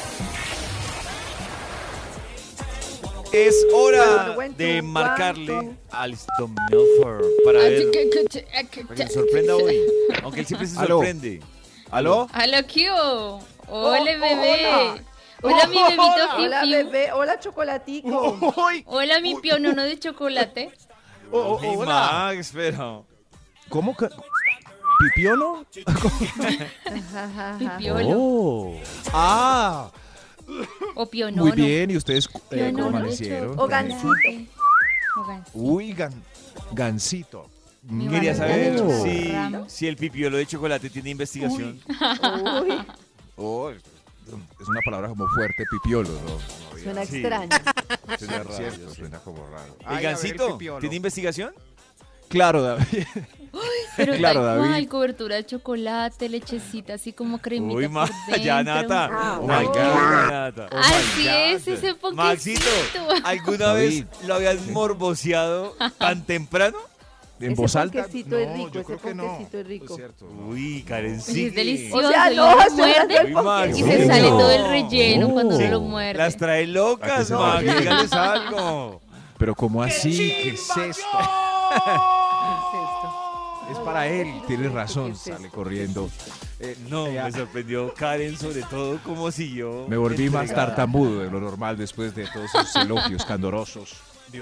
Es hora de marcarle al Tom Milford para ver para que nos sorprenda hoy, aunque él siempre se Aló. sorprende. ¿Aló? Hola, Kio. Hola, Oh, bebé. hola. Hola, mi Hola, bebito Fiu Hola Fiu. bebé, hola chocolatico. ¡Uy! Hola, mi pionono de chocolate. Oh, Hey, oh, hola. Max, pero... ¿Cómo? que- ¿Pipiono? Ajá, Mi ajá. piolo. Oh. Ah, O pionono. muy bien. ¿Y ustedes eh, Pionono cómo de amanecieron? chocolate. O gansito. O gansito. Uy, gan- Mm, gancito. Mi Quería barriga de saber Oh. si, chocorramo. si el pipiolo de chocolate tiene investigación. Uy, Oh, es una palabra como fuerte, pipiolo. ¿no? suena Sí. extraño. Suena cierto, suena como raro. ¿El gancito tiene investigación? Claro, David. Pero Claro, tal David. cual, cobertura de chocolate, lechecita, así como cremita Uy, por Max, dentro. ya Nata. Wow. Oh my Oh. God, Nata. Oh Así es, ese poquito. Maxito, ¿alguna David. vez lo habías morboseado tan temprano? ¿En Ese voz alta? ponquecito es rico, ese ponquececito es rico. Es cierto. Uy, Oye, Karencita. Pues es delicioso. O sea, y no, uno se muerde hace- Uy, Max, y se no. sale todo el relleno No. cuando uno Sí, lo muerde. Las trae ¿A qué locas, se Max. refiere? Dígales algo. Pero ¿cómo así? ¿Qué es esto? Es para él, tienes razón, sale corriendo. Eh, no, Ya. me sorprendió Karen, sobre todo, cómo siguió. Me volví más entregada. tartamudo de lo normal después de todos esos elogios candorosos.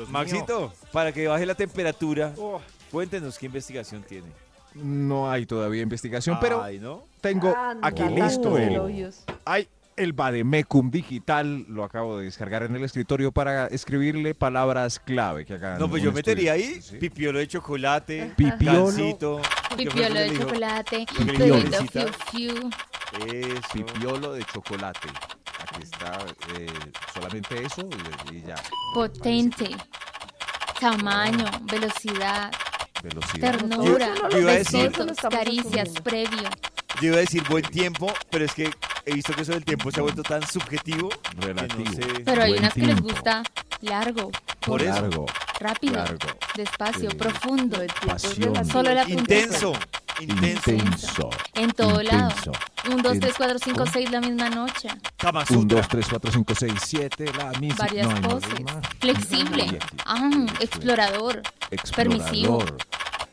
Maxito, para que baje la temperatura, cuéntenos qué investigación tiene. No hay todavía investigación, pero Ay, ¿no? tengo Anda, aquí tantos listo el, elogios. hay el Bademecum digital, lo acabo de descargar en el escritorio para escribirle palabras clave que hagan. No, pues un yo metería estudio. ahí Sí. pipiolo de chocolate, Pipiolo. gansito, que fue lo Pipiolo que de le dijo. chocolate, Lo que le dijo bebito Karencita. fiu fiu. Eso. Pipiolo de chocolate. Aquí está eh, solamente eso y, y ya. potente, tamaño, velocidad, Velocidad. ternura, Eso lo- no Yo iba a decir- besitos, eso lo estamos caricias, asumiendo. previo. Yo iba a decir buen tiempo, pero es que he visto que eso del tiempo se ha vuelto tan subjetivo. que no Relativo. sé. Pero hay Buen unas que les tiempo. gusta largo, Por eso. Largo, rápido, Largo. despacio, Sí. profundo, Lo del tiempo es Pasión. relativo. Solo la punta. Intenso, intenso. intenso. en todo lado. intenso. Un, dos, En- tres, cuatro, cinco, ¿Cómo? seis la misma noche. Kama 1, Sutra. 2, 3, 4, 5, 6, 7, la misma. Varias No, hay más poses. rima. Y Flexible, aquí, ah, este, explorador, explorador. permisivo.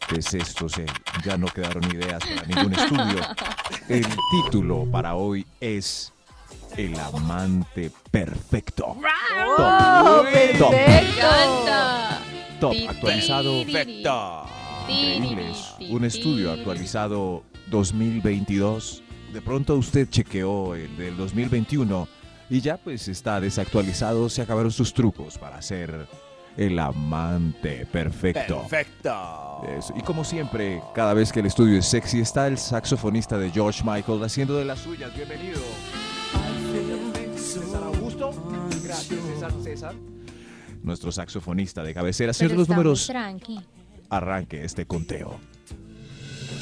¿Qué es esto? Se- ya no quedaron ideas para ningún estudio. El título para hoy es El amante perfecto. ¡Oh, Uy. Me perfecto! encanta. Top Ti, actualizado. ti, Perfecto. Tiriri, Increíbles. Un tiriri. estudio actualizado 2022. De pronto usted chequeó el del 2021 y ya pues está desactualizado. Se acabaron sus trucos para ser el amante perfecto. Perfecto. Eso. Y como siempre, cada vez que el estudio es sexy está el saxofonista de George Michael haciendo de las suyas. Bienvenido. César Augusto. Gracias, César. César. Nuestro saxofonista de cabecera. Señor de Pero los está muy números, Tranqui. arranque este conteo.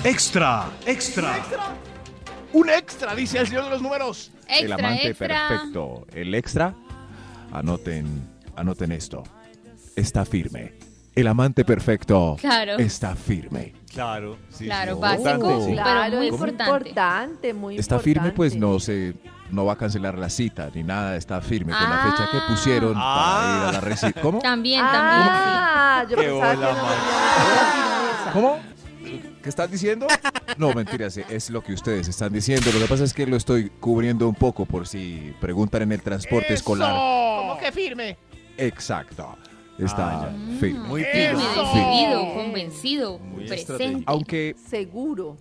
Extra, extra. Un extra, dice el señor de los números. el Extra, amante extra. perfecto. El extra. Anoten, anoten esto. Está firme. El amante perfecto Claro. está firme. Claro, sí, Claro, sí. básico, Importante, sí. pero Claro, muy es importante. importante, muy Está firme, pues importante. no se, no va a cancelar la cita ni nada. Está firme con la Ah. fecha que pusieron para ir a la reci- ¿Cómo? También, también, sí. Ah, yo Qué pensaba que bola, no Max. había ¿Cómo? ¿Qué estás diciendo? No, mentiras, e-, es lo que ustedes están diciendo. Lo que pasa es que lo estoy cubriendo un poco por si preguntan en el transporte escolar. ¿Cómo que firme? Exacto. Está Ah, firme. Muy Firme, firme. Eso. decidido, convencido, Muy presente. Aunque, Seguro.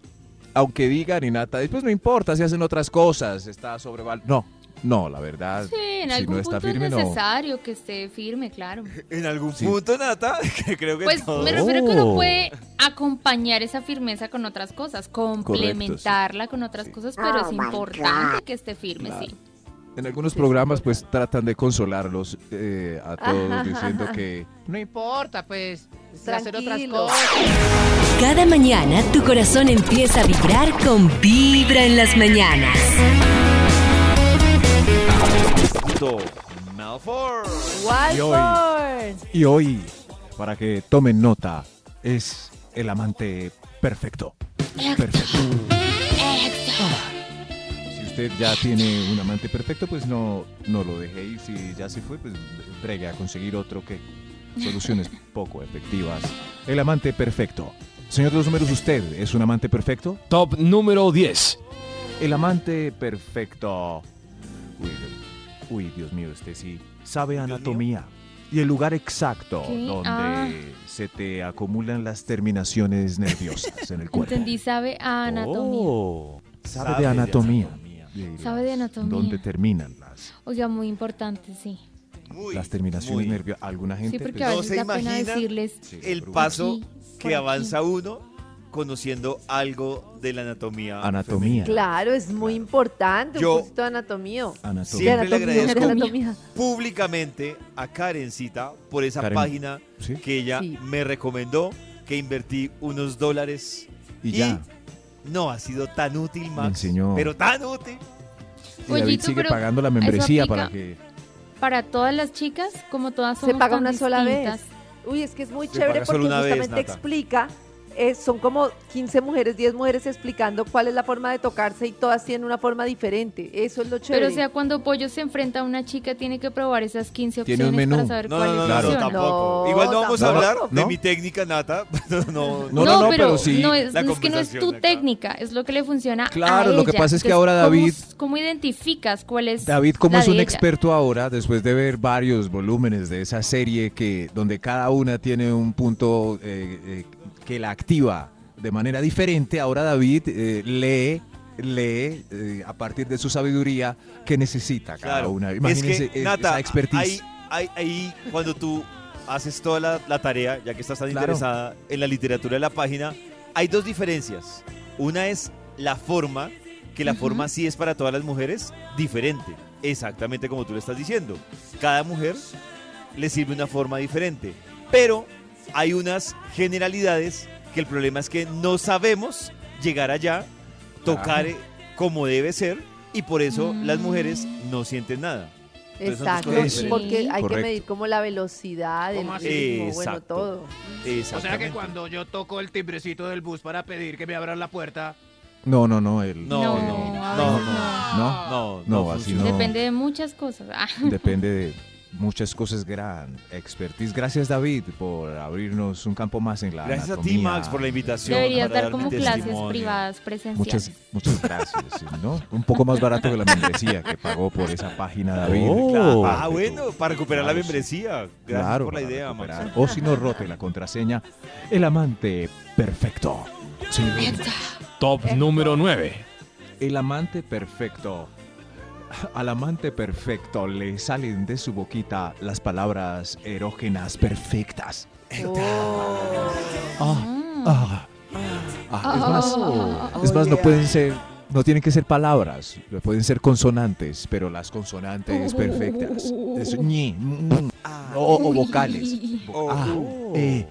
aunque digan y nata, después no importa si hacen otras cosas, está sobreval. No, no, la verdad. Sí, en si algún no punto está firme, es no. necesario que esté firme, claro. En algún Sí. punto, Nata, que creo que Pues todos. me refiero que uno Oh. puede acompañar esa firmeza con otras cosas, complementarla con otras Sí. Ah, cosas, pero es importante que esté firme, sí. En algunos Sí, programas sí, pues tratan de consolarlos eh, a todos Ajá. diciendo que no importa, pues. Hacer otras Tranquilo. cosas. Cada mañana tu corazón empieza a vibrar con Vibra en las mañanas. Punto. Malfour. Walford. Y hoy, para que tomen nota, es el amante perfecto. Perfecto. Si usted ya tiene un amante perfecto, pues no, no lo deje ir. Si ya se fue, pues entregue a conseguir otro que soluciones poco efectivas. El amante perfecto. Señor de los números, ¿usted es un amante perfecto? Top número 10. El amante perfecto. Uy, uy, Dios mío, este sí. Sabe anatomía y el lugar exacto ¿Qué? donde Ah. se te acumulan las terminaciones nerviosas en el cuerpo. Entendí, sabe a anatomía. Oh. Sabe de anatomía. Sabe de anatomía. Donde terminan las, Oiga, muy importante, sí. Muy, las terminaciones muy. nerviosas. Alguna gente Sí, porque pues, a No veces se da pena imaginan decirles. sí, El pero- paso aquí, por que aquí. avanza uno conociendo algo de la anatomía. Anatomía. Claro, es muy importante. Yo- Un cursito de anatomía. Siempre Anatomía. le agradezco. de anatomía. públicamente a Karencita por esa Karen, página sí. que ella Sí. me recomendó, que invertí unos dólares. Y ya. No ha sido tan útil, Max. enseñó. Pero tan útil. Y David Ollito, sigue pero pagando la membresía aplica- para que Para todas las chicas, como todas Se somos paga tan una sola vez. distintas, Uy, es que es muy Se chévere paga porque solo una vez, justamente Nata. explica, eh, son como 15 mujeres, 10 mujeres explicando cuál es la forma de tocarse y todas tienen una forma diferente. Eso es lo chévere. Pero o sea, cuando Pollo se enfrenta a una chica, tiene que probar esas 15 Tiene opciones un menú. para saber No, cuál no, no, es no, la opción? tampoco. No, Igual no vamos a tampoco. hablar de ¿No? mi técnica nata. No, no, No, no, no, pero sí. no es, La no es que no es tu conversación acá. técnica, es lo que le funciona Claro, a lo que ella. pasa es que Entonces, ahora ¿cómo David- s- ¿Cómo identificas cuál es David, como la es de un ella? experto ahora, después de ver varios volúmenes de esa serie que donde cada una tiene un punto eh, eh, que la activa de manera diferente, ahora David eh, lee lee eh, a partir de su sabiduría que necesita cada Claro. una. Es Imagínense que, eh, esa Nata, expertise. ahí, ahí- ahí cuando tú haces toda la, la tarea, ya que estás tan Claro. interesada en la literatura de la página, hay dos diferencias. Una es la forma, que la Ujú. forma sí es para todas las mujeres diferente, exactamente como tú le estás diciendo. Cada mujer le sirve una forma diferente, pero hay unas generalidades que el problema es que no sabemos llegar allá, tocar eh, como debe ser, y por eso las mujeres no sienten nada. entonces son Exacto, dos cosas diferentes. porque hay Correcto. que medir como la velocidad, el ¿Cómo así? ritmo, bueno, Exacto. todo. O sea que Exactamente. cuando yo toco el timbrecito del bus para pedir que me abran la puerta. No, no, no, el- No, No, no, a no, veces no, no, no, No, no así funciona. no. Pues Depende de muchas cosas. Ah, depende de muchas cosas gran expertise. Gracias David por abrirnos un campo más en la Gracias a ti, anatomía. Max, por la invitación. deberías para dar como mi clases testimonio. privadas presenciales. Muchas, muchas gracias, ¿no? Un poco más barato que la membresía que pagó por esa página David. Oh. Claro. ah, bueno, para recuperar Claro, la sí. membresía. Gracias Claro, por la para idea, Max. recuperar. O si no rote la contraseña, el amante perfecto. Señor, Top número 9. el amante perfecto. Al amante perfecto le salen de su boquita las palabras erógenas perfectas. Ah, Mm. ah, ah, es más, Oh. es más, no yeah. pueden ser, no tienen que ser palabras, pueden ser consonantes, pero las consonantes perfectas, es ñi, mm, o, o vocales, Oh. Ah, eh,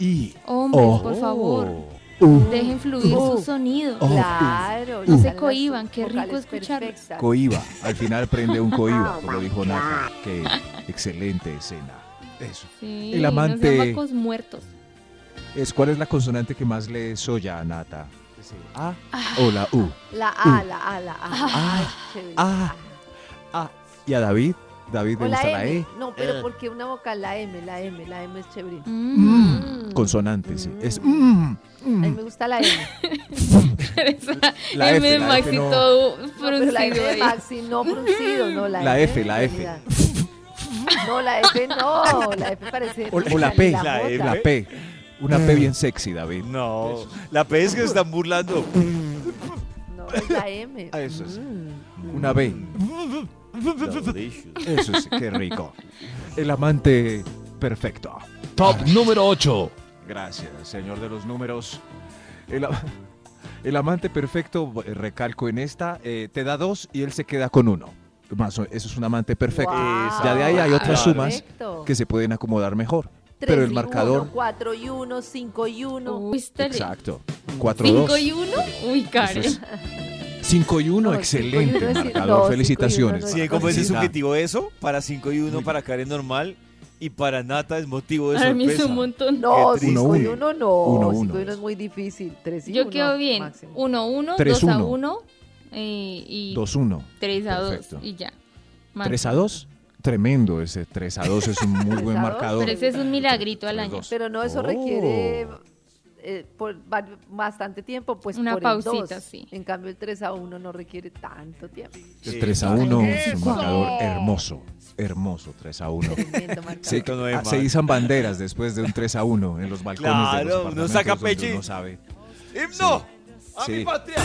i, Hombres, Oh. por favor, u, dejen fluir Oh. sus sonidos. Oh. Claro, No se ojalá las cohíban, qué rico vocales escucharlos. perfectas. coiba. Al final prende un coiba, como dijo Nata. Qué excelente escena. Eso. Sí, El no sean amante- vacos muertos. Es, ¿Cuál es la consonante que más le soya a Nata? ¿A o la U? La A, la A, la A. Ay, chévere. Ah, ah. ¿Y a David? David O le la gusta M. la E. No, Eh. pero porque una vocal, la M, la M, la M es chévere. Mm. Mm. Consonante, sí. Es mm, A mm. mí me gusta la M. Esa La M F, de la Maxi F no. todo No, pero la fruncido M de ahí. Maxi, no fruncido, no, la, La M F, en la F. realidad. No, la F no, la F parece... O, o la P. La mota. F. La P. Una P bien sexy, David. No, la P es que se están burlando. No, es la M. Ah, eso es. Mm. Una B. Eso es, qué rico. El amante perfecto. Top número 8. Gracias, señor de los números. El, am- el amante perfecto, eh, recalco en esta, eh, te da dos y él se queda con uno. más o- eso es un amante perfecto. Guau, Ya de ahí hay otras claro. sumas perfecto. que se pueden acomodar mejor. Tres pero el y marcador. Uno, cuatro y uno, cinco y uno. Uy, está bien. Exacto. 4 ¿Cinco y uno? Uy, Karen. 5 y 1, No, excelente. cinco y uno es- marcador. no, cinco y uno Felicitaciones. no es- Sí, ¿cómo como es Felicidad. subjetivo eso, para 5 y 1 para Karen normal y para Nata es motivo de Para mí es sorpresa. un montón. No, Qué cinco y triste. uno no. Uno, uno. Cinco y uno es muy difícil. Tres y Yo uno quedo bien. máximo. 1-1, Tres, 2-1 eh, y 2-1. 3-2 Perfecto. y ya. Más. 3 a 2. Tremendo ese 3 a 2 es un muy ¿Tres buen a dos? marcador. Pero ese es un milagrito al año. Dos. Pero no, eso Oh. requiere eh, por vari- bastante tiempo, pues Una por el pausita, dos. sí. En cambio, el 3 a 1 no requiere tanto tiempo. Sí. 3 a 1, un marcador hermoso. Hermoso 3 a 1. Tremendo marcador. Se, Esto no es ah, se mal. izan banderas después de un 3 a 1 en los balcones de los Claro, uno apartamentos saca donde pecho y- uno sabe. ¡Himno! ¡A Sí. mi patria!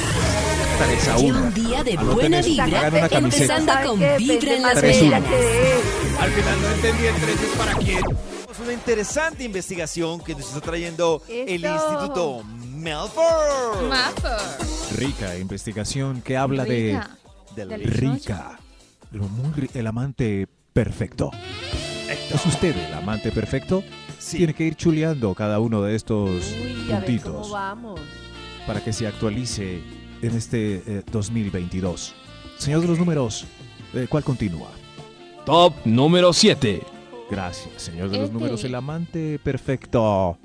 3 a 1. Lleva un día de Anoten buena eso, vibra, hagan una camiseta. empezando con ¿Saben qué? vibra Depende en las más de ella venas. que él. Al final no entendí el 3 es para quién. Es una interesante investigación que nos está trayendo el Eso. Instituto Melford. Mapa. Rica investigación que habla Rica. Del Del de rica, lo muy ri- el amante perfecto. ¿Es usted el amante perfecto? Sí. Tiene que ir chuleando cada uno de estos Uy, a ver cómo puntitos vamos. para que se actualice en este eh, 2022. Señor de los números, eh, ¿cuál continúa? Top número 7. Gracias, señor de los Este. números, el amante perfecto.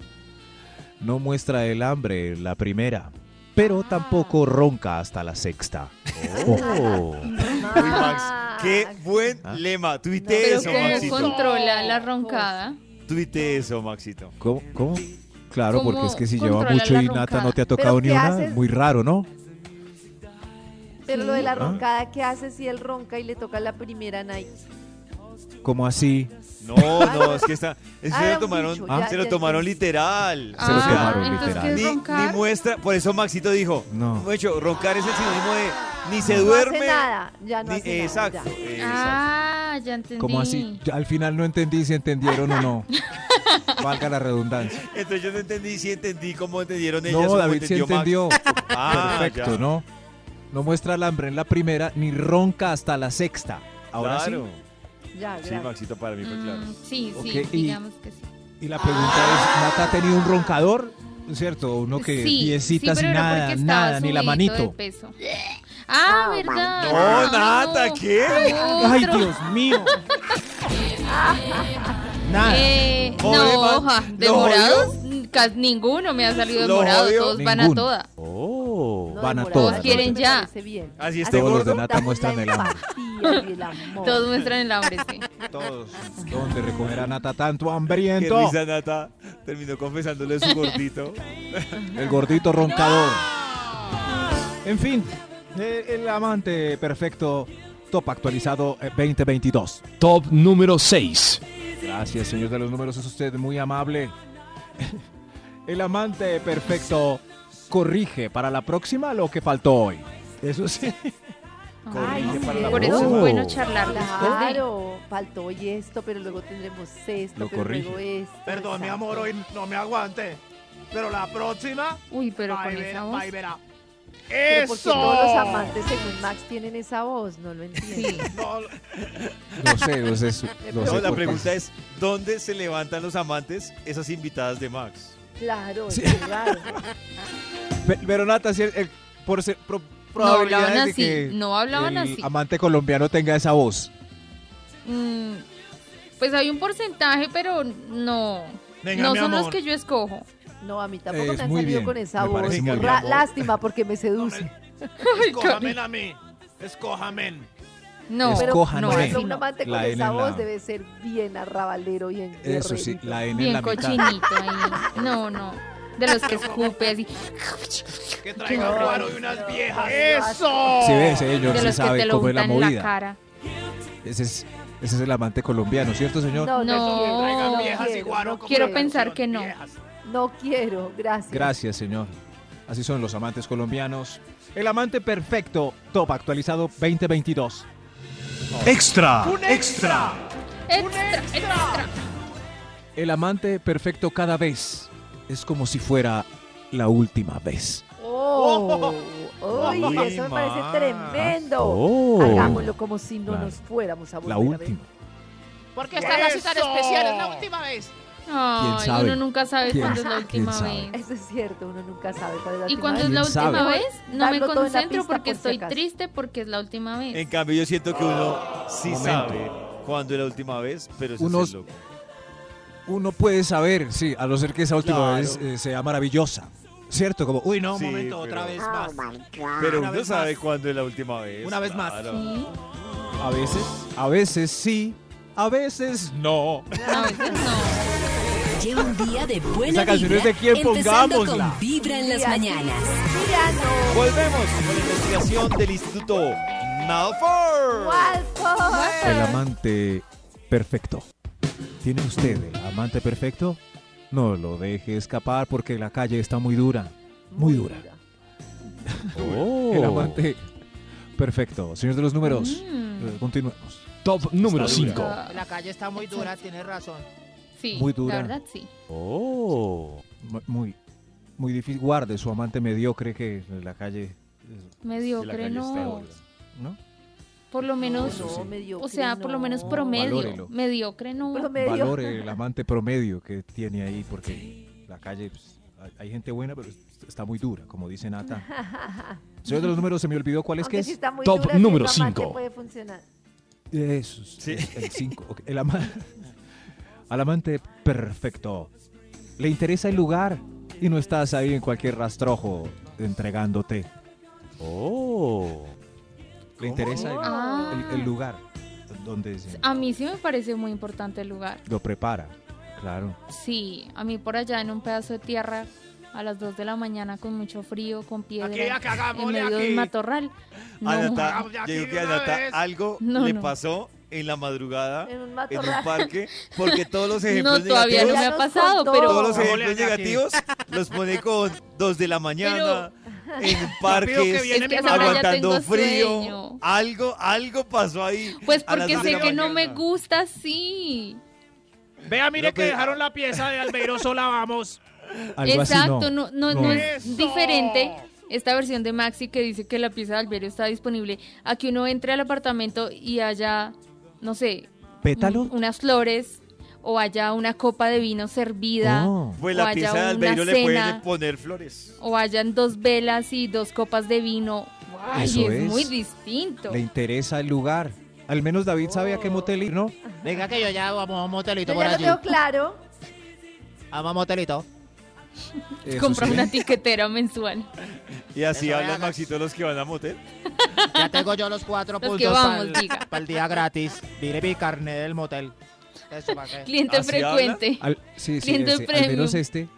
No muestra el hambre la primera, Ah. pero tampoco ronca hasta la sexta. Oh. Uy, Max, qué buen Ah. lema. Tuite Pero eso, ¿cómo Maxito. controla la roncada? Tuite eso, Maxito. ¿Cómo? cómo? Claro, porque ¿Cómo es que si lleva controlar mucho la y Nata no te roncada? ha tocado ¿Pero ni qué una, haces? muy raro, ¿no? Pero lo de la Ah. roncada, ¿qué hace si él ronca y le toca la primera Nike? Como así, No, no, es que está. es que Ah, se era lo Ah, un tomaron, dicho, ya, se lo ya tomaron entendí. literal. Se lo ah, tomaron entonces literal. ¿qué es Ni, roncar? ni muestra, por eso Maxito dijo, No. de hecho, roncar es el sinónimo de ni se no duerme. hace nada, ya no ni- hace exacto, nada. ya. exacto. Ah, ya entendí. como así. Yo Al final no entendí si entendieron o no. Valga la redundancia. Entonces yo no entendí si entendí cómo entendieron ellas. o No, cómo David sí entendió entendió. Max. Ah, Perfecto, ya. ¿no? No muestra el hambre en la primera, ni ronca hasta la sexta. Ahora claro. Ya, Sí, gracias. Maxito, para mí fue claro. Mm, sí, sí, Ok, y- digamos que sí. sí. Y la pregunta es, ¿Nata ha tenido un roncador? ¿Cierto? Uno que sí, piecitas sí, y pero era nada, porque nada, estaba ni la subidito de manito. peso. Ah, ¿verdad? No, Nata, ¿qué? ¡Ay, Otro. Dios mío! Nada. Eh, Pobre no, man. hoja, ¿Lo demorados, casi ninguno me ha salido ¿Lo demorado, odio? todos van a Ninguno. toda. Oh, No van a demoraba, todas. Ah, Todos no quieren me ya. parece bien. Así Así este Todos los de gordo. Nata muestran el hambre. empatía y el amor. Todos muestran el hambre, sí. Todos. ¿Dónde recogerá Nata tanto Qué hambriento? risa, Nata. Terminó confesándole su gordito. El gordito roncador. En fin, eh, el amante perfecto. Top actualizado eh, 2022. Top número 6. Gracias, señor de los números. Es usted muy amable. El amante perfecto corrige para la próxima lo que faltó hoy. Eso sí. Ay, Corrige sí. para la Por eso es Oh. bueno charlar después de- Claro, faltó hoy esto, pero luego tendremos esto, Lo pero corrige. luego esto. Perdón, mi exacto. amor, hoy no me aguante. Pero la próxima. Uy, pero va y con verá, esa voz. va y verá. Pero ¡Eso! porque todos los amantes, según Max, tienen esa voz, no lo entiendo. Sí. No, No sé, no sé. su- No sé No, la por qué. pregunta es, ¿dónde se levantan los amantes esas invitadas de Max? Claro, Sí. es raro. Pe- Pero Nata, si el- el- por ser- pro- probabilidades hablaban de así, que no hablaban el así. amante colombiano tenga esa voz. Mm, pues hay un porcentaje, pero no. Venga, no mi son los amor. que yo escojo. No, a mí tampoco Es me han muy salido bien, con esa me voz. parece muy Ra- bien. Lástima, porque me seduce. escójame a mí. Escójame. No, Pero- Escojan, no, así no, cuando no. un no. amante con La N esa en voz la- debe ser bien arrabalero, bien Eso sí, guerrerito. la N en la Bien mitad. cochinito ahí. No, no. De los que escupe así. Que Qué traiga un guaro y horror. unas viejas. ¡Eso! Se ve, señor, Oh, De se los que te sabe lo cómo es la untan en la movida. cara. Ese es, ese es el amante colombiano, ¿cierto, señor? No, No. no, Traigan no viejas y quiero, guaro. no como quiero la pensar canción, que no. viejas. No quiero, gracias. Gracias, señor. Así son los amantes colombianos. El amante perfecto, top actualizado 2022. Extra. extra. Extra, extra. El amante perfecto cada vez es como si fuera la última vez. Oh, oh, lo dije, eso me parece Max. tremendo. Oh. Hagámoslo como si no Claro. nos fuéramos a volver La a ver. última. Porque hasta las citas especiales la última vez. Ay, sabe? uno nunca sabe ¿Quién- cuándo es la quién última sabe? vez. Eso es cierto, uno nunca sabe cuál es la Y última cuando vez. es la ¿Quién sabe? última vez, no me Darlo todo en la concentro pista, porque por si estoy acaso. triste porque es la última En vez. cambio, yo siento que uno sí Momento. sabe cuándo es la última vez, pero se Unos- hace loco. Uno puede saber, sí, a no ser que esa última Claro. vez eh, sea maravillosa. ¿Cierto? Como, uy, no. No, un Sí, momento, pero- otra vez más. Pero Una uno vez sabe más. cuándo es la última vez. Una vez más. claro. Sí. A veces. A veces sí, a veces no. A veces no. Lleva un día de buena Esa canción vibra, es de quién, empezando pongámosla. con Vibra en las mañanas. Tirano, Volvemos con la investigación del Instituto Malfour. Walford. El amante perfecto. ¿Tiene usted el amante perfecto? No lo deje escapar porque la calle está muy dura. Muy dura. El amante perfecto. Señor de los números, Mm. eh, continuemos. Top número Está 5. Ah, La calle está muy dura, tienes razón. Sí, Muy dura. la verdad sí. Oh. Muy, muy difícil. Guarde su amante mediocre que la calle, Mediocre calle está no. dura. ¿no? Por lo menos, No, mediocre, o sea, por lo menos no. promedio. Valórelo. Mediocre no. Promedio. Valore el amante promedio que tiene ahí porque la calle, pues, hay- hay gente buena, pero está muy dura, como dice Nata. Señor de los números, se me olvidó cuál es Aunque que es. sí está muy Top dura, sí, número esa amante cinco. puede funcionar. Eso, es- Sí. es el 5. El ama- al amante perfecto. Le interesa el lugar y no estás ahí en cualquier rastrojo entregándote. Oh. Le interesa el, Ah. el- el lugar donde se A mí sí me parece muy importante el lugar. lo prepara. Claro. Sí, a mí por allá en un pedazo de tierra a las 2 de la mañana con mucho frío, con piedra, Aquí la cagamos, en medio aquí. de un matorral. No, Anata, Vamos de aquí yo creo que de a una Nata vez. algo No, le no. pasó en la madrugada En un en un matorral. parque porque todos los ejemplos no, todavía no negativos, me Ya ha nos pasado, contó. pero todos los No, ejemplos Julián, aquí. negativos los pone con dos de la mañana en que parques viene es que mi hasta ahora mamá. ya aguantando tengo frío. sueño. Algo algo pasó ahí. Pues a las porque dos de sé la que no me mañana. gusta así. Vea, Ah, mire No, que pero- dejaron la pieza de Albeiro sola, vamos. Algo así, Exacto, no, no, no es ¡Eso! diferente esta versión de Maxi que dice que la pieza de Alberio está disponible a que uno entre al apartamento y haya, no sé, Pétalo. un- unas flores o haya una copa de vino servida. Oh. Pues o la haya pieza de una Albeiro le pueden cena. poner flores. o hayan dos velas y dos copas de vino. Ay, Eso es, es. muy distinto. Le interesa el lugar. Al menos David sabe a qué motel ir, ¿no? Ah. Venga que yo ya vamos a un motelito Yo por ya lo allí. tengo claro. Vamos a un motelito. Eso Compra sí. una tiquetera mensual. Y así Eso hablan hagas. Maxito los que van a motel. Ya tengo yo los cuatro Los que puntos vamos, diga. para el día gratis. Diré mi carnet del motel. Eso para qué. Cliente ¿Así frecuente. Al- sí, sí, Cliente ese, al premium. menos este.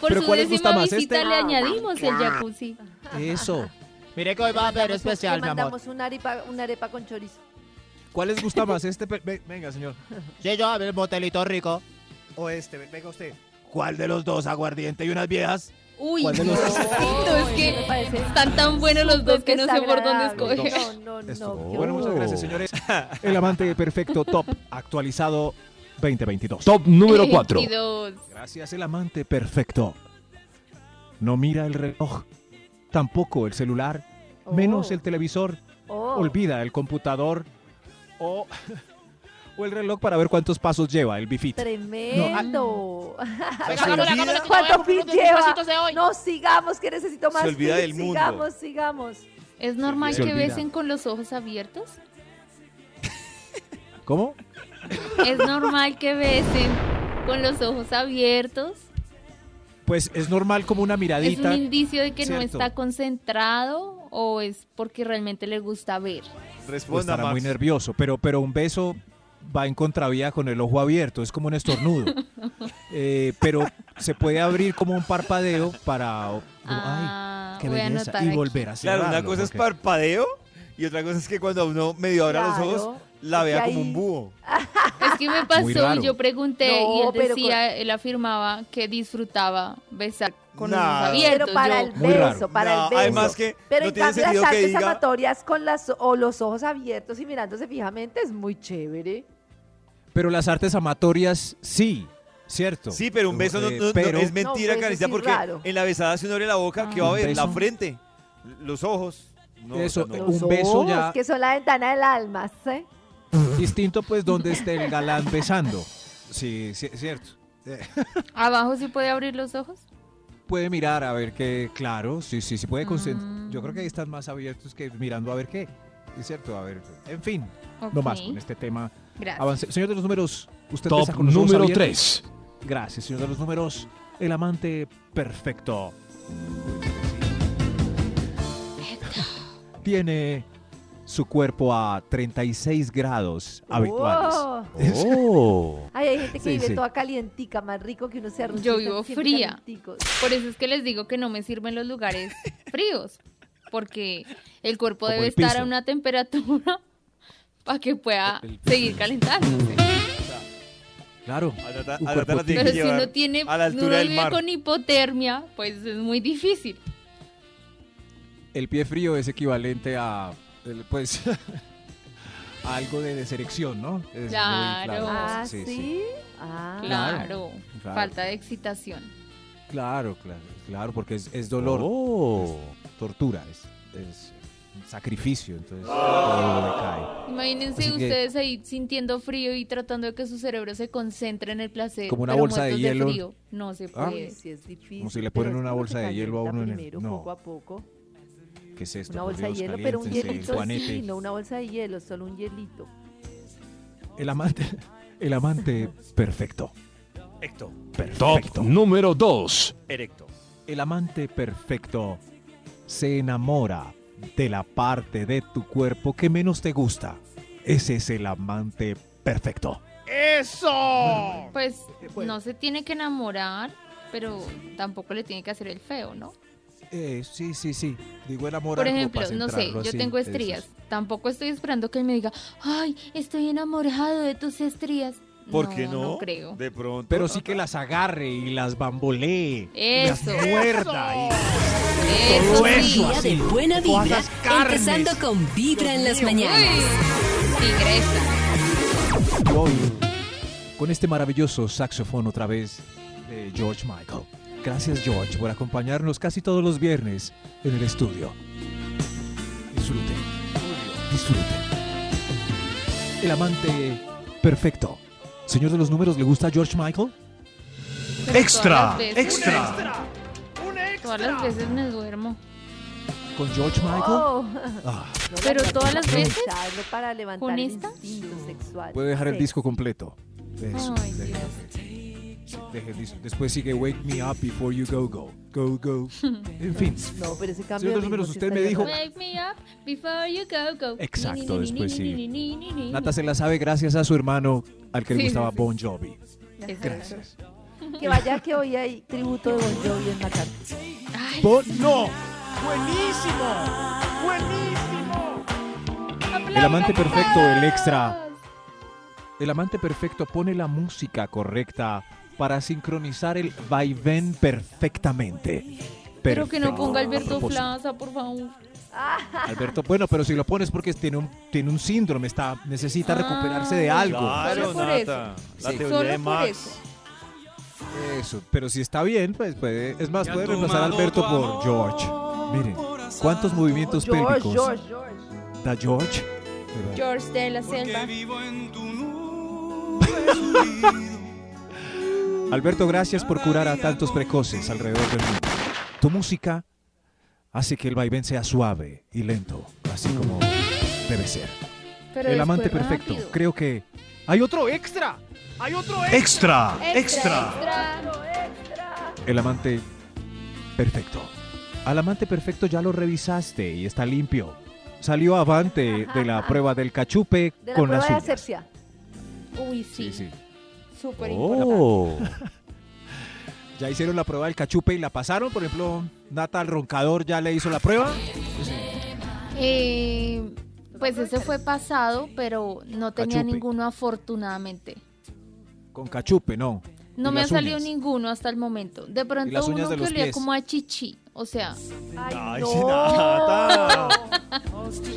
Por ¿Pero su cuál les gusta décima más, visita este? le añadimos el jacuzzi. Eso. Mire que hoy va a haber Le especial, mi amor. mandamos una arepa, una arepa con chorizo. ¿Cuál les gusta más? Este. pe- ve- Venga, señor. Sí, yo a ver el motelito rico. O este, venga usted. ¿Cuál de los dos, aguardiente y unas viejas? Uy, ¿Cuál de los no, dos? es que Me parece están tan buenos los dos que no sé por dónde desagradable. escoger. No, no, no. Esto. qué bueno, muchas horror. gracias, señores. El amante perfecto top actualizado 2022. Top número 4. 22. Gracias, el amante perfecto. No mira el reloj, tampoco el celular, Oh. menos el televisor. Oh. Olvida el computador o, o el reloj para ver cuántos pasos lleva el bifit. Tremendo. Se olvida. olvida. Voy ¿Cuánto a fin por unos lleva? pasitos de hoy. No, sigamos, que necesito más. olvida fit. del mundo. Sigamos, sigamos. ¿Es normal Se que olvida. besen con los ojos abiertos? ¿Cómo? ¿Es normal que besen con los ojos abiertos? Pues es normal como una ¿Es un miradita. indicio de que no Cierto. está concentrado o es porque realmente le gusta ver? o Pues Responda Pues estará muy Max. nervioso, pero, pero un beso va en contravía con el ojo abierto, es como un estornudo. Eh, pero se puede abrir como un parpadeo para... como, Ah, Oh, ay, qué voy a belleza. anotar Y aquí. volver a Claro, cerrarlo. una cosa es porque- parpadeo y otra cosa es que cuando uno medio abra los Claro, ojos la vea porque como un ahí- búho. Es que me Muy pasó raro. y yo pregunté No, y él pero decía, él afirmaba que disfrutaba besar con los Nada. ojos abiertos. Pero para Yo- el Muy raro. beso, para No, el beso. Además que Pero no en tiene cambio las sentido que artes diga amatorias con las o los ojos abiertos y mirándose fijamente es muy chévere. Pero las artes amatorias sí, ¿cierto? Sí, pero un beso no, Eh, no- no- pero es mentira, No, un beso Carita, sí porque raro. en la besada se uno abre la boca, Ah. ¿qué va a Un ver? La beso. frente. Los ojos. No, Eso, o sea, no. un beso ya. ojos, que son la ventana del alma, ¿sí? Distinto, pues, donde esté el galán besando. Sí, sí, es cierto. Abajo sí puede abrir los ojos. Puede mirar a ver qué, claro, sí, sí, sí puede concentrar. Mm. Yo creo que ahí están más abiertos que mirando a ver qué. Es cierto, a ver. En fin, no más Ok, con este tema. Gracias. Avance. Señor de los números, usted besa Top con los ojos número abiertos. 3. Gracias, señor de los números. El amante perfecto. Tiene su cuerpo a 36 grados habituales. Oh. Oh. Ay, hay gente que Sí, vive sí. toda calientica, más rico que uno se arrulla. Yo vivo fría. Por eso es que les digo que no me sirven los lugares fríos, porque el cuerpo Como debe el estar piso. a una temperatura para que pueda seguir calentándose. Claro. A Nata- Un a cuerpo Natana tiene Pero que si llevar uno tiene, a la uno altura del vive mar. con hipotermia, pues es muy difícil. El pie frío es equivalente a, el- pues, a algo de deserección, ¿no? Es muy Claro. Ah, sí, sí. sí. Ah, Claro, claro. falta de excitación. Claro, claro, claro, porque es, es dolor, Oh. es tortura, es, es sacrificio, entonces todo le cae. Imagínense Así que- ustedes ahí sintiendo frío y tratando de que su cerebro se contre en el placer. Como una pero bolsa de muertos hielo. frío. No se Ah. puede. sí, es difícil. Como si le ponen pero es una como bolsa que de hielo a calienta uno en el- primero, no. poco a poco. ¿Qué es esto? Una Por bolsa de Dios, hielo, pero un caliéntense, hielito Juanete. sí, no una bolsa de hielo, solo un hielito. El amante, el amante perfecto, Perfecto. Top perfecto. número 2. Erecto. El amante perfecto se enamora de la parte de tu cuerpo que menos te gusta. Ese es el amante perfecto. Mm. ¡Eso! Pues no se tiene que enamorar, pero tampoco le tiene que hacer el feo, ¿no? Eh, sí, sí, sí. Digo enamorar. Por como ejemplo, para no sé, centrarlo yo así, tengo eso es. estrías. Tampoco estoy esperando que él me diga, ay, estoy enamorado de tus estrías. ¿Por no, qué no? No creo. De pronto. Pero sí que las agarre y las bambolee. Eso, Las muerda. y- eso sí. Día de buena Todas vibra, esas carnes. empezando con Vibra en las mañanas. Uy, tigresa. y hoy, con este maravilloso saxofón otra vez de George Michael. Gracias George por acompañarnos casi todos los viernes en el estudio. Disfruten, disfruten. El amante perfecto. Señor de los números, ¿le gusta George Michael? Pero Extra, todas las veces- extra. ¡Un Todas extra! las veces me duermo. ¿Con George Michael? Oh. Ah, No, Pero la todas las verdad, veces, usarlo para levantar ¿con el esta? instinto sexual. puede dejar el Sí. disco completo. Eso, Ay, deje- Dios. deje el disco. Después sigue Wake Me Up Before You Go Go. Go, go. En fin. No, pero ese cambio Señor de de los ritmo números, sí usted está me ya dijo- no- Wake me up before you go, go. Exacto, Ni, ni, después ni, sí. ni, ni, ni, ni, ni. Nata se la sabe gracias a su hermano, al que le Sí, gustaba sí, sí. Bon Jovi. Exacto. Gracias. Que vaya que hoy hay tributo de Bon Jovi en Macarena. Bon- ¡No! El amante perfecto, el extra. El amante perfecto pone la música correcta para sincronizar el vaivén perfectamente. Pero que no Perfecto. ponga A Alberto propósito, Plaza, por favor. Alberto, bueno, pero si lo pones porque tiene un, tiene un síndrome, está, necesita Ah, recuperarse de algo. Claro, Solo por Nata. Ah, La Sí. teoría Solo de por Max. eso. Eso, pero si está bien, pues puede. Es más, puede reemplazar a Alberto por George. Miren, cuántos movimientos George, pélvicos George, George. da George. ¿verdad? George de la Selva. Alberto, gracias por curar a tantos precoces alrededor del mundo. Tu música hace que el vaivén sea suave y lento, así como debe ser. Pero el amante después perfecto. rápido. Creo que hay otro extra. ¡Hay otro extra! Extra, Extra, extra. extra. El amante perfecto. Al amante perfecto ya lo revisaste y está limpio. Salió avante de la prueba del cachupe De la con prueba las de uñas. asepsia. Uy, Sí, sí. sí. Súper importante. Oh. Ya hicieron la prueba del cachupe y la pasaron. Por ejemplo, Nata el roncador ya le hizo la prueba. Eh, pues ese fue pasado, pero no tenía Cachupe. ninguno afortunadamente. Con cachupe, no. No Y me ha las salido uñas. ninguno hasta el momento. De pronto las uñas uno de que los olía pies. como a chichi. O sea, Ay, Ay, no. Nata.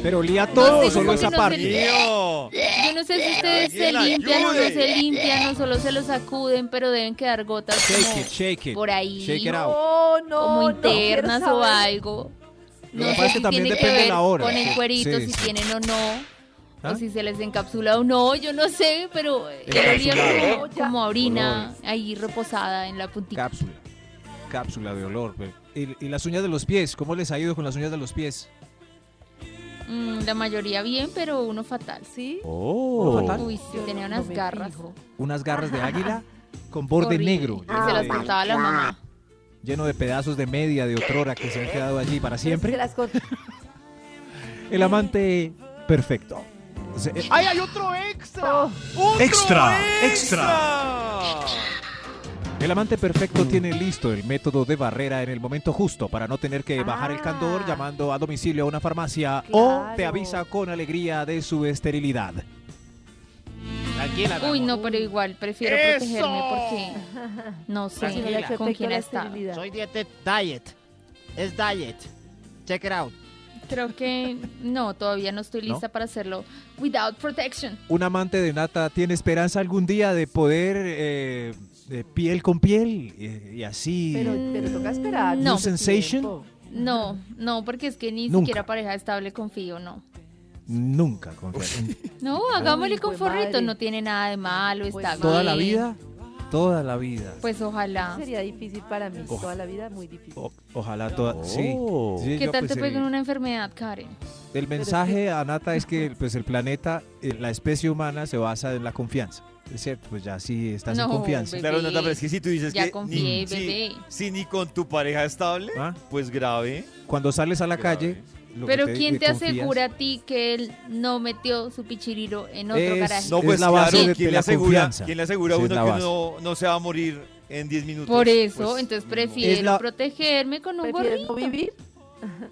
Pero olía todo, sé, solo como esa que no parte. se- Mío. yo no sé si ustedes se Alguien limpian o no ayude. se limpian, o solo se lo sacuden, pero deben quedar gotas Shake it, como, shake it. por ahí. Shake it out. Oh, No, no, como no quiero internas o saber. algo. No Lo que pasa sé es que si también tiene que depende de ver la hora. Con el cuerito, Sí, si sí. tienen o no. ¿Ah? O si se les encapsula o no, yo no sé, pero eh, olía Encapsulado. como, como a orina ahí reposada en la puntita. Cápsula. Cápsula de olor. pero- ¿Y, y las uñas de los pies? ¿Cómo les ha ido con las uñas de los pies? Mm, la mayoría bien, pero uno fatal. ¿Sí? Oh. Uy, sí, tenía unas garras. Unas garras de águila con borde Horrible. negro. Y se las lleno, de, cortaba la mamá. lleno de pedazos de media, de otrora que se han quedado allí para siempre. Se las con- El amante perfecto. Se- eh, ¡Ay, hay otro extra! Oh, ¡Otro Extra, extra. El amante perfecto tiene listo el método de barrera en el momento justo para no tener que bajar el Ah. candor llamando a domicilio a una farmacia o te Claro. avisa con alegría de su esterilidad. Tranquila, mi Uy, amor. no, pero igual, prefiero ¡Eso! protegerme porque no si no le sé hace con efecto quién la ha estado. esterilidad. Soy diete diet. Es diet. Check it out. Creo que no, todavía no estoy ¿No? lista para hacerlo without protection. ¿Un amante de nata tiene esperanza algún día de poder eh, de piel con piel eh, y así? Pero, pero toca esperar. No. mucho Sensation. tiempo. No, no, porque es que ni Nunca. siquiera pareja estable confío, no. Nunca. con- No, hagámosle con hijo de forrito, madre. no tiene nada de malo, Pues está Toda la bien. vida, toda la vida. Pues ojalá. Sería difícil para mí. Ojo. Toda la vida muy difícil. O- ojalá toda. Sí. Oh. Sí, ¿Qué yo, tal pues, te peguen el- una enfermedad, Karen? El mensaje a Nata es que pues, el planeta, eh, la especie humana se basa en la confianza. Es cierto, pues ya si estás en No, confianza. bebé. Claro, Nata, pero es que si tú dices Ya que confié, ni, si- bebé. Si, ni con tu pareja estable, ¿ah? pues grave. Cuando sales a la Grave. calle... lo que Pero ¿quién te eh, confías- asegura a ti que él no metió su pichiriro en otro Es- garaje? No, pues, la base de- ¿quién le de la asegura, confianza. ¿quién le asegura a Sí, es uno la que base. no, no se va a morir en 10 minutos? Por eso, Pues, entonces no. prefiero Es la- protegerme con un ¿Prefieres gorrito. no vivir?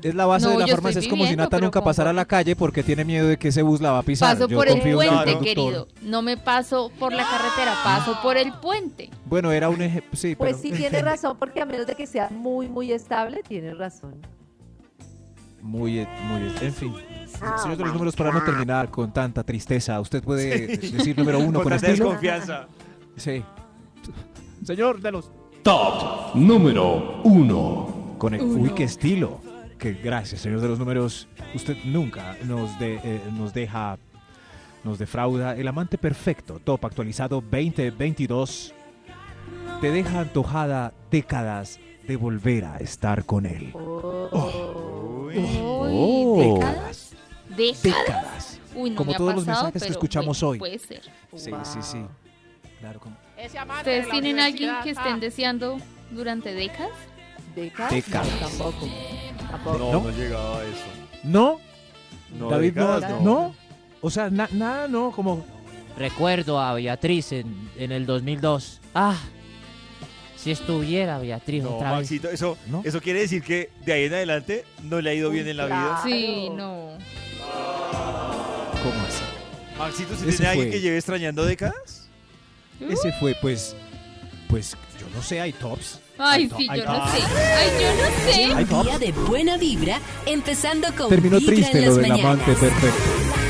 Es la base No, de la yo farmacia. estoy Es como si viviendo, Nata pero nunca con pasara a la calle porque tiene miedo de que ese bus la va a pisar. Paso Yo por el confío en puente, conductor. querido. No me paso por la carretera, paso por el puente. Bueno, era un ejemplo. Sí, Pues pero- sí, tiene razón, porque a menos de que sea muy, muy estable, tiene razón. Muy, eh, muy. eh, En fin. Ah, Señor de los números, para no terminar con tanta tristeza, usted puede decir número uno Con con tanta estilo. desconfianza. Sí. Señor de los. Top número 1. Con el. Uy, qué estilo. Que gracias, señor de los números. Usted nunca nos, de- eh, nos deja. Nos defrauda. El amante perfecto, top actualizado 2022. Te deja antojada décadas de volver a estar con él. Oh. Oh. Uy, ¿décadas? ¿Décadas? Décadas. Uy, no Como me ha todos los pasado, mensajes que pero escuchamos puede- hoy. Puede ser. Sí, Wow. sí, sí. Claro, como ¿Ustedes tienen alguien que ah. estén deseando durante décadas? ¿Décadas? Décadas. No, tampoco. Tampoco. No, ¿No? no llegaba a eso. ¿No? No, David, no, décadas, no. no. O sea, na- nada, no, como... Recuerdo a Beatriz en, en el 2002. Ah, si estuviera Beatriz No, otra vez. Maxito, eso, ¿No? eso quiere decir que de ahí en adelante no le ha ido bien en la vida. Claro. Sí, no. ¿Cómo así? Maxito, ¿se Ese tiene alguien fue. que lleve extrañando décadas? Ese fue, pues... Pues, yo no sé, hay tops. Ay, Hay to- sí, hay yo no tops. sé. Ay, yo no sé. Hay Un tops. día de buena vibra, empezando con Terminó Vibra triste en lo las del mañanas. amante perfecto.